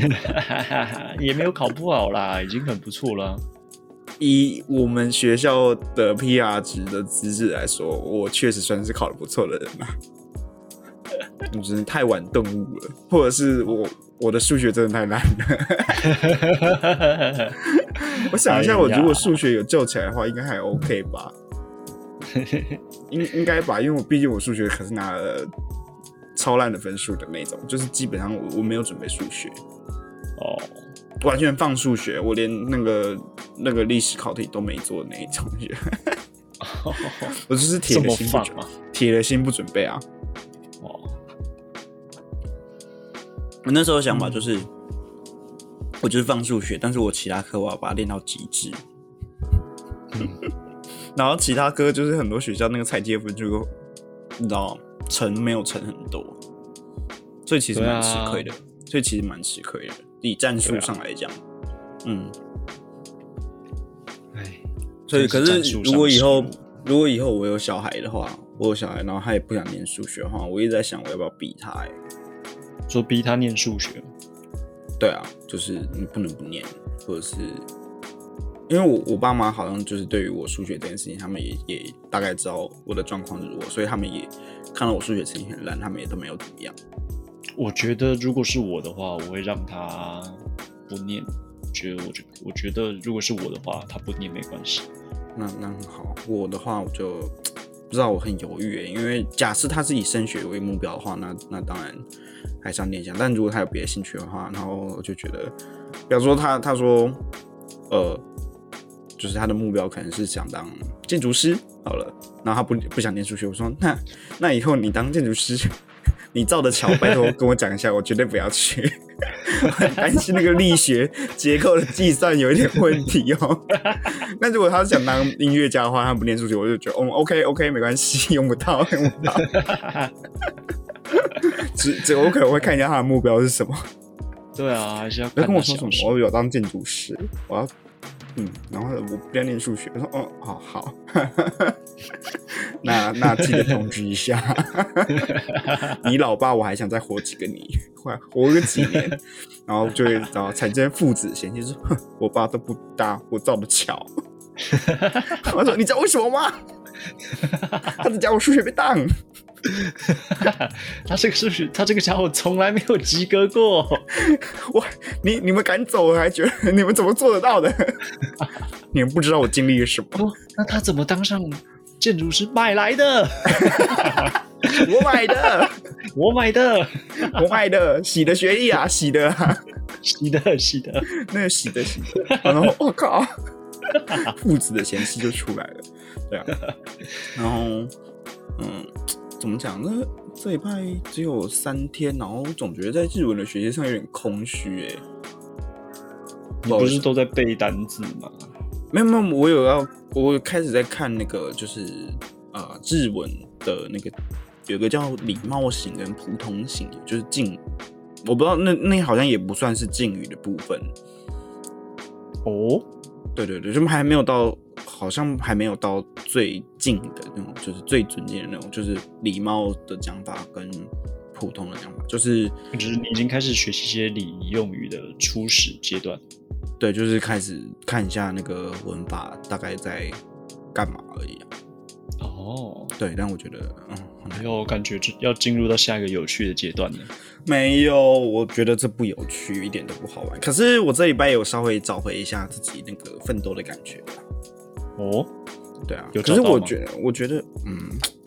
也没有考不好啦，已经很不错 啦。
以我们学校的 PR 值的资质来说，我确实算是考得不错的人啦。我真的太晚顿悟了，或者是我我的数学真的太烂了。我想一下，
哎呀
我如果数学有救起来的话，应该还 OK 吧？应应该吧，因为我毕竟我数学可是拿了超烂的分数的那种，就是基本上我我没有准备数学，
哦，
完全放数学，我连那个那个历史考题都没做的那一种。 我就是铁
这
了
么
心不
放啊
准
吗？
铁了心不准备啊！
哦，
我那时候
嗯
想法就是，我就是放数学，但是我其他科我要把它练到极致。 然后其他科就是很多学校那个菜鸡分就，你知道乘没有乘很多，所以其实蛮吃亏
啊
的，所以其实蛮吃亏的。以战术上来讲，嗯，
哎，
所以，可
真
是
是
如果以后
战术上的失误，
如果以后我有小孩的话，我有小孩，然后他也不想念数学的话，我一直在想我要不要逼他、欸。
说逼他念数学，
对啊，就是你不能不念，或者是因为我我爸妈好像就是对于我数学这件事情，他们也也大概知道我的状况是如何，所以他们也看到我数学成绩很烂，他们也都没有怎么样。
我觉得如果是我的话，我会让他不念。我觉得我觉我觉得如果是我的话，他不念没关系。
那那很好，我的话我就不知道，我很犹豫耶，欸因为假设他是以升学为目标的话，那那当然还是要念一下。但如果他有别的兴趣的话，然后我就觉得，比方说他他说，呃，就是他的目标可能是想当建筑师，好了，然后他不不想念数学，我说那那以后你当建筑师，你造的桥，拜托跟我讲一下，我绝对不要去， 我很担心那个力学结构的计算有一点问题哦。那如果他是想当音乐家的话，他不念数学，我就觉得，哦，OK OK，没关系， 用不到，用不到。只只我可能会看一下他的目标是什么。
对啊，还是要
不
看
要跟我
他
说什
想
么，我有当建筑师，我要，嗯，然后我不要念数学。我说，哦，好好， 那那记得通知一下。 你老爸，我还想再活几个你，活活个几年，然后就会然后产生父子嫌弃，说哼我爸都不搭，我造的桥。 我说你知道为什么吗？他只讲我数学被当，
他这个数学，他这个家伙从来没有及格过。
你你们敢走，我还觉得你们怎么做得到的？ 你们不知道我经历了什么。
不，哦那他怎么当上建筑师？买来的，
我买的，
我买的，
我买的，洗的学历啊，洗的啊，
是的，是的。
那个洗的洗的，然后 我、靠，父子的嫌弃就出来了，对啊，然后嗯，怎么讲呢？这礼拜只有三天，然后总觉得在日文的学习上有点空虚哎、
你不是都在背单字吗？
没有没有，我有要，我开始在看那个就是呃日文的那个有个叫礼貌型跟普通型，就是敬，我不知道那那好像也不算是敬语的部分。
哦，
对对对，就还没有到，好像还没有到最敬的那种，就是最尊敬的那种，就是礼貌的讲法跟普通的讲法，就是
就是你已经开始学习一些礼仪用语的初始阶段。
对，就是开始看一下那个文法大概在干嘛而已啊、
哦，
对，但我觉得嗯，很
哎呦，感觉这要进入到下一个有趣的阶段了。
没有，我觉得这不有趣，一点都不好玩。可是我这礼拜有稍微找回一下自己那个奋斗的感觉吧
哦，
对啊，
有
可
找
是
到吗
我觉得，我觉得，嗯，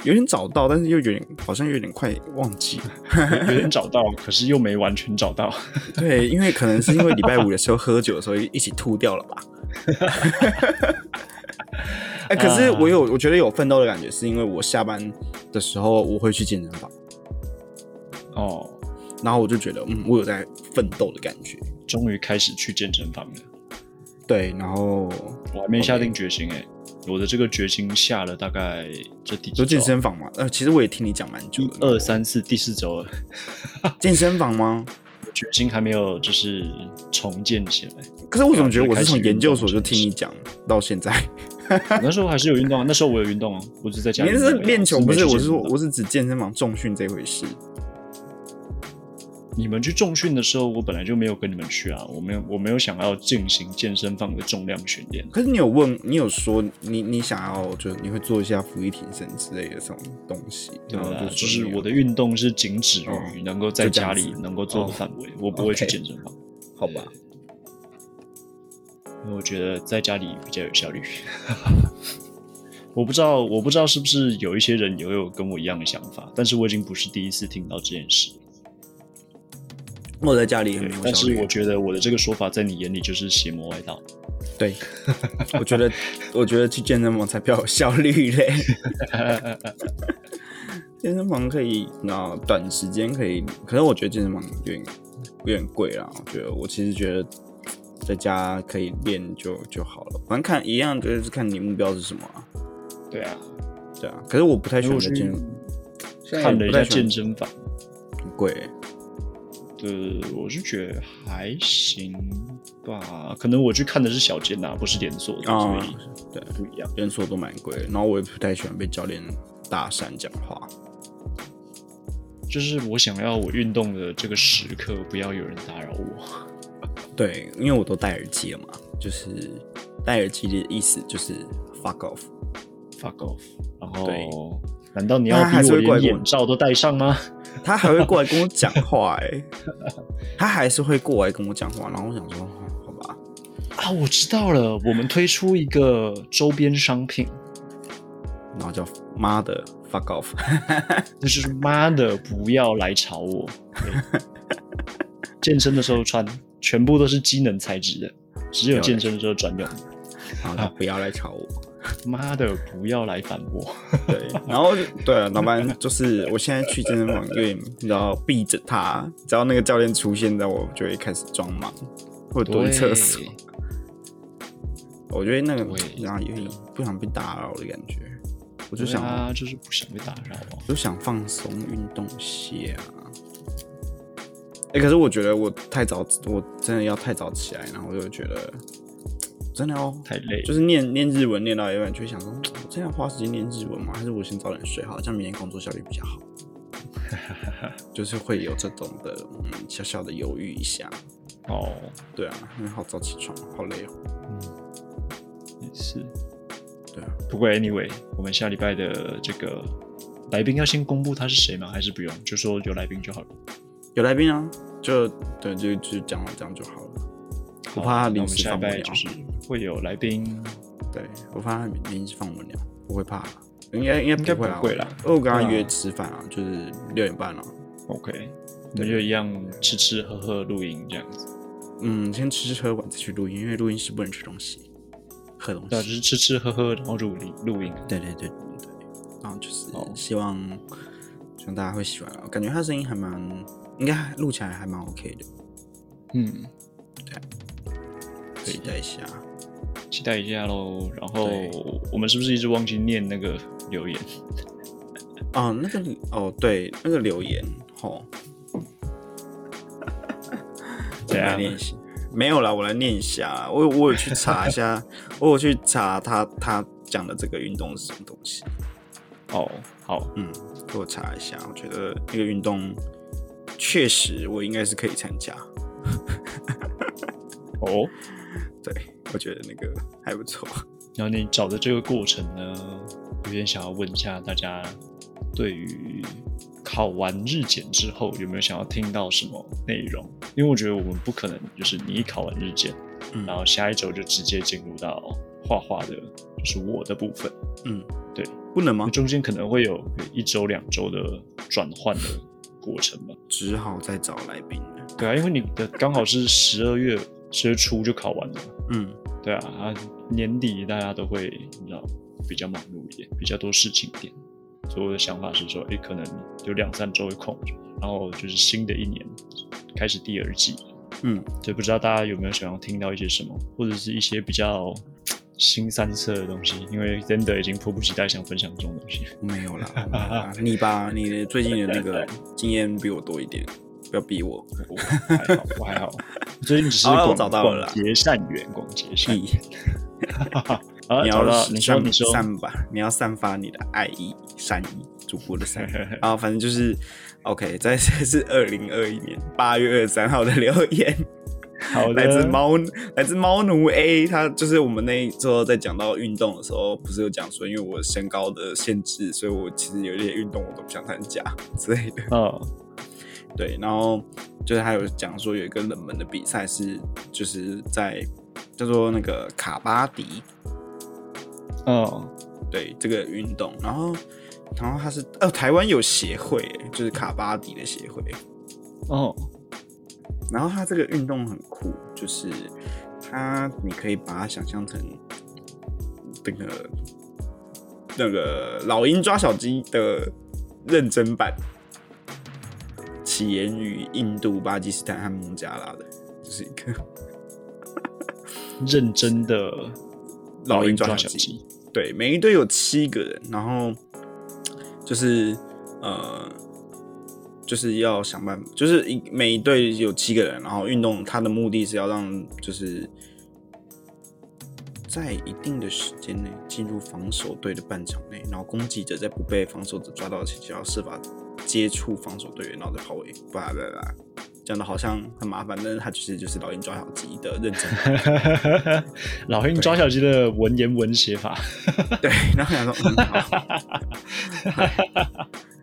有点找到，但是又有点，好像有点快忘记了。
有有点找到，可是又没完全 找到。
对，因为可能是因为礼拜五的时候喝酒的时候一起吐掉了 吧。哎、可是我有，我觉得有奋斗的感觉，是因为我下班的时候我会去健身房，
哦，
然后我就觉得，嗯，我有在奋斗的感觉。
终于开始去健身房了。
对，然后
我还没下定决心哎、我的这个决心下了大概这第几
就健
周
身房嘛，呃，其实我也听你讲蛮久
哦一
的，
二三四第四周了，
健身房吗？
我决心还没有就是重建起 来。
可是我怎么觉得我
对啊
是
就是开
从
始
研究所
运
就
动这
听
件事
你讲到现 在？
我那时候还是有运动啊，那时候我有运动啊，我就在家
你
里面而已啊。
是练球
没
不是？
去
我
健
是
身
说
房
我是指健身房重训这回事。
你们去重训的时候，我本来就没有跟你们去啊，我没有我没有想要进行健身房的重量训练。
可是你有问，你有说你你想要就是你会做一下俯卧撑之类的这种东西，
对
然后
啊，
就
就
说
是
你有
我的运动是仅止
哦
于能够在家
就这
里
样子
能够做的
哦
范围，我不会去
OK
健身房，
好吧？
因为我觉得在家里比较有效 率。我不知道，我不知道是不是有一些人也有跟我一样的想法，但是我已经不是第一次听到这件事。
我在家里也
对
没，嗯有
但
效
是我
率。啊
觉得我的这个说法在你眼里就是邪魔歪道。
对，我觉得我觉得去健身房才比较有效率嘞。健身房可以，那短时间可以，可是我觉得健身房有点有点贵啦。我觉得我其实觉得在家可以练就就好了，反正看一样就是看你目标是什么啊，
对啊，
对啊。可是我不太喜
因为
欢
我
在
去
健身，现在
看
也不
了一
太
下
喜欢
健身房，
很贵欸、
对，呃我是觉得还行吧。可能我去看的是小间呐、不是连锁的，
啊
所以
对，
不一样。
连锁都蛮贵的，然后我也不太喜欢被教练搭讪讲话。
就是我想要我运动的这个时刻，不要有人打扰我。
对，因为我都戴耳机了嘛，就是戴耳机的意思就是 fuck off。
fuck off。然
对
后，难道你要
那还
逼
是
我
会过来
连
跟我
眼罩都戴上吗？
他还会过来跟我讲话、欸，他还是会过来跟我讲话，然后我想说，哦好吧，
啊，我知道了，我们推出一个周边商品，
然后叫妈的 fuck off，
那就是妈的不要来吵我。 对健身的时候穿，全部都是机能材质的，只有健身的时候专用。
然后他不要来吵 我。
妈的，不要来烦我。
对，然后就对啊，老板就是我现在去健身房，因为你知道避着他，只要那个教练出现在我，就会开始装忙或者躲去厕所
对。
我觉得那个
对
然后有点不想被打扰的感觉，我就
对
想、
啊，就是不想被打扰啊。
我就想放松运动些啊。哎、可是我觉得我太早，我真的要太早起来，然后我就觉得真的要
太累
就是念念日文念到一半，就会想说，我真的要花时间念日文吗？还是我先早点睡好，这样明天工作效率比较 好？就是会有这种的，嗯，小小的犹豫一下。
哦，嗯
对啊，因为好早起床，好累哦。
也是。
对啊，
不过 anyway，我们下礼拜的这个来宾要先公布他是谁吗？还是不用？就说有来宾就好了。
有来宾啊，就对，就就讲了这样就好了。我怕他
那我
临
们
时
下
放
礼
不
拜
了
就，是会有来宾。
对我怕他临时放不了，我会怕。应该应该不会啦，
应该不会啦
因为我跟他
对啊
约吃饭啊，就是六点半了、
OK，我们就一样吃吃喝喝露营这样子，
嗯，先吃吃喝完再去录音，因为录音室不能吃东西，喝东
对啊，
西
就。是吃吃喝喝，然后露营露营。
对对对对对，然后就是
哦
希望、希望大家会喜欢啊，我感觉他声音还蛮，应该还录起来还蛮 OK 的，
嗯，
可以待一下。啊
期待一下喽。然后
对
我们是不是一直忘记念那个留言？
哦，那个哦，对，那个留言 吼，我
怎样
来念一下，没有啦，我来念一下，啊我有我有去查一下， 我有去查他他讲的这个运动是什么东西，
哦，好，
嗯，给我查一下，我觉得那个运动确实我应该是可以参加，
哦，
对我觉得那个还不错。
然后你找的这个过程呢，有点想要问一下大家，对于考完日检之后有没有想要听到什么内容？因为我觉得我们不可能就是你一考完日检，
嗯
然后下一周就直接进入到画画的，就是我的部分。
嗯，
对，
不能吗
那？中间可能会有一周两周的转换的过程吧。
只好再找来宾了。
对啊，因为你的刚好是十二月十月初就考完了嘛，
嗯，
对啊，啊年底大家都会你知道比较忙碌一点，比较多事情一点，所以我的想法是说，诶，可能有两三周会空着，然后就是新的一年开始第二季，
嗯，
就不知道大家有没有想要听到一些什么，或者是一些比较新三色的东西，因为真的已经迫不及待想分享这种东西。
没有啦，没有 啦你吧，你的最近的那个经验比我多一点，不要逼 我。
我还好，我还 好。最近只是
好了我
广
找到了啦
广结善缘，广结善缘。
屁，
啊，
你要
找到了，你说
散
你说，
散吧，你要散发你的爱意、善意，主播的善 意。然后反正就是 OK，再这是二零二一年八月二十三号的留言。
好的，
来自猫，来自猫奴 A，他就是我们那一周在讲到运动的时候，不是有讲说，因为我身高的限制，所以我其实有一些运动我都不想参加 之类的。
嗯，
对，然后就是还有讲说有一个冷门的比赛是，就是在叫做那个卡巴迪，
嗯
对这个运动，然后然后他是哦，台湾有协会耶，就是卡巴迪的协会，
哦，
然后它这个运动很酷，就是它你可以把它想象成那个那个老鹰抓小鸡的认真版，起源于印度、巴基斯坦和孟加拉的，就是一个
认真的
老鹰抓
抓
小
小
鸡。，对，每一队有七个人，然后就是呃，就是要想办法，就是一每一队有七个人，然后运动它的目的是要让就是在一定的时间内进入防守队的半场内，然后攻击者在不被防守者抓到前，就要设法接触防守队员，然后再跑位，吧吧吧，讲的好像很麻烦，但是它其实就是老鹰抓小鸡的认真。
老鹰抓小鸡的文言文写法，
对，然后想说，嗯，好，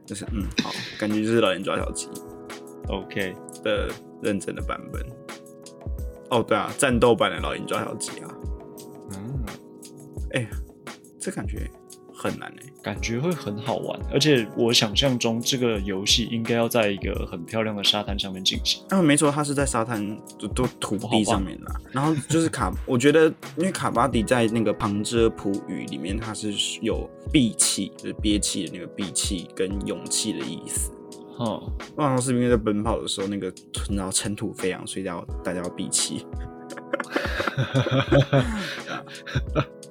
就是嗯，好，感觉就是老鹰抓小鸡
OK，
的认真的版本。哦，对啊，战斗版的老鹰抓小鸡啊，
嗯，
这感觉很难哎、
感觉会很好玩，而且我想象中这个游戏应该要在一个很漂亮的沙滩上面进行。
啊，没错，它是在沙滩都都土地上面啦。然后就是卡， 我觉得因为卡巴迪在那个旁遮普语里面，它是有闭气，就是憋气的那个闭气跟勇气的意思。
哼，
万龙士兵在奔跑的时候，那个然后尘土飞扬，所以要大家要闭气。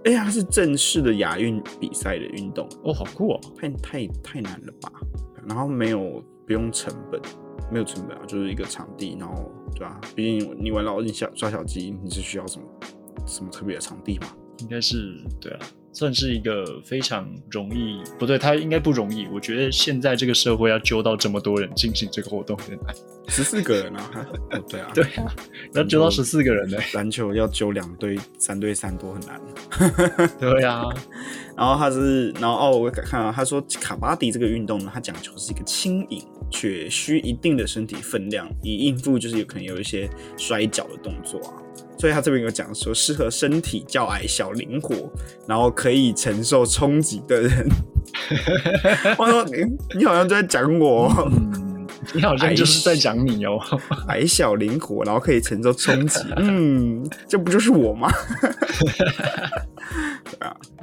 哎呀，它是正式的亚运比赛的运动，
哦，好酷哦！
太太太难了吧？然后没有不用成本，没有成本啊，就是一个场地，然后对吧、毕竟你玩老你小抓小鸡，你是需要什么什么特别的场地嘛？
应该是对啊，算是一个非常容易，不对，它应该不容易。我觉得现在这个社会要揪到这么多人进行这个活动 很难。
十四个人啊，还哦对啊，
对啊，要揪到十四个人呢、
篮球要揪两队三对三都很难。
对啊，
嗯然后他是，然后哦，我看到他说卡巴迪这个运动呢，它讲求是一个轻盈，且需一定的身体分量，以应付就是有可能有一些摔跤的动作啊。所以他这边有讲说，适合身体较矮小、灵活，然后可以承受冲击的 人。我说嗯你你好像就在讲我哦，
嗯， 你好像就是在讲你哦。
矮小灵活，然后可以承受冲击。嗯，这不就是我吗？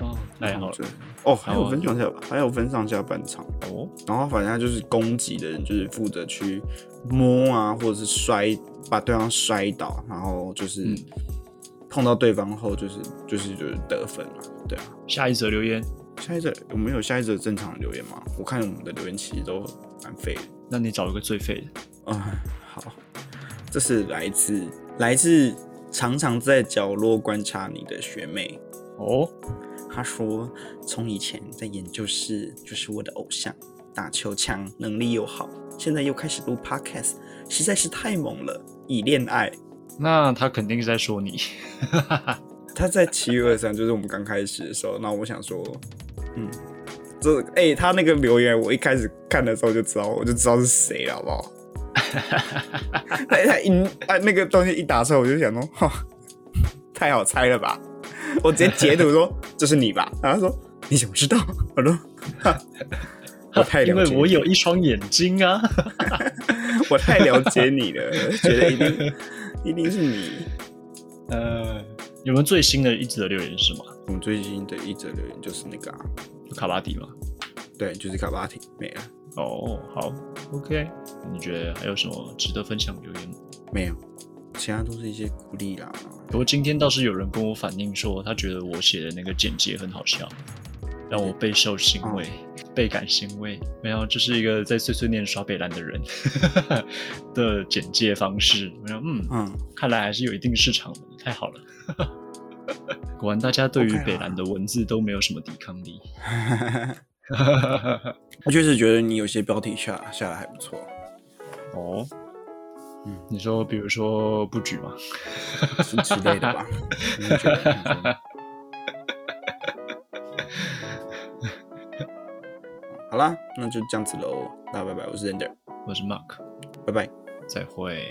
哦，太好了啊
哦，还有分上下，还有分上下半场。
哦，
然后反正他就是攻击的人，就是负责去摸啊，或者是摔，把对方摔倒，然后就是
嗯
碰到对方后，就是就是就是得分嘛，对啊。
下一则留言，
下一则我们有下一则正常的留言吗？我看我们的留言其实都蛮废的。
那你找一个最废的。
啊、好，这是来自来自常常在角落观察你的学妹，
哦，
他说，从以前在研究室就是我的偶像，打球强，能力又好，现在又开始录 podcast，实在是太猛了，已恋爱。
那他肯定是在说你。
他在七月二三，就是我们刚开始的时候，那我想说，嗯，这哎、他那个留言，我一开始看的时候就知道，我就知道是谁了，好不 好？他他一啊那个东西一打出来，我就想说，哈，太好猜了吧？我直接截图说这是你吧，然后他说你怎么知道？我说 哈我太
因
了
为
解你，
我有一双眼睛啊。
我太了解你了，觉得一定 一定是你。
呃，你们最新的一则留言是什么？
我们最近的一则留言就是那个、啊，
有卡巴迪吗？
对，就是卡巴提没了，
哦，好，OK。你觉得还有什么值得分享的留言吗？
没有，其他都是一些鼓励啦。
不过今天倒是有人跟我反映说，他觉得我写的那个简介很好笑，让我备受欣慰，
嗯
倍感欣慰。没有，这是一个在碎碎念耍北兰的人 的简介方式。我想，嗯，
嗯，
看来还是有一定市场的，太好了。 果然，大家对于
OK 啦
北兰的文字都没有什么抵抗力。
我确实觉得你有些标题下下的还不错。
哦，
嗯
你说，比如说布局嘛，
之之类的吧。 你觉得好啦，那就这样子喽，大家拜拜，我是 Render，
我是 Mark，
拜拜。
再会。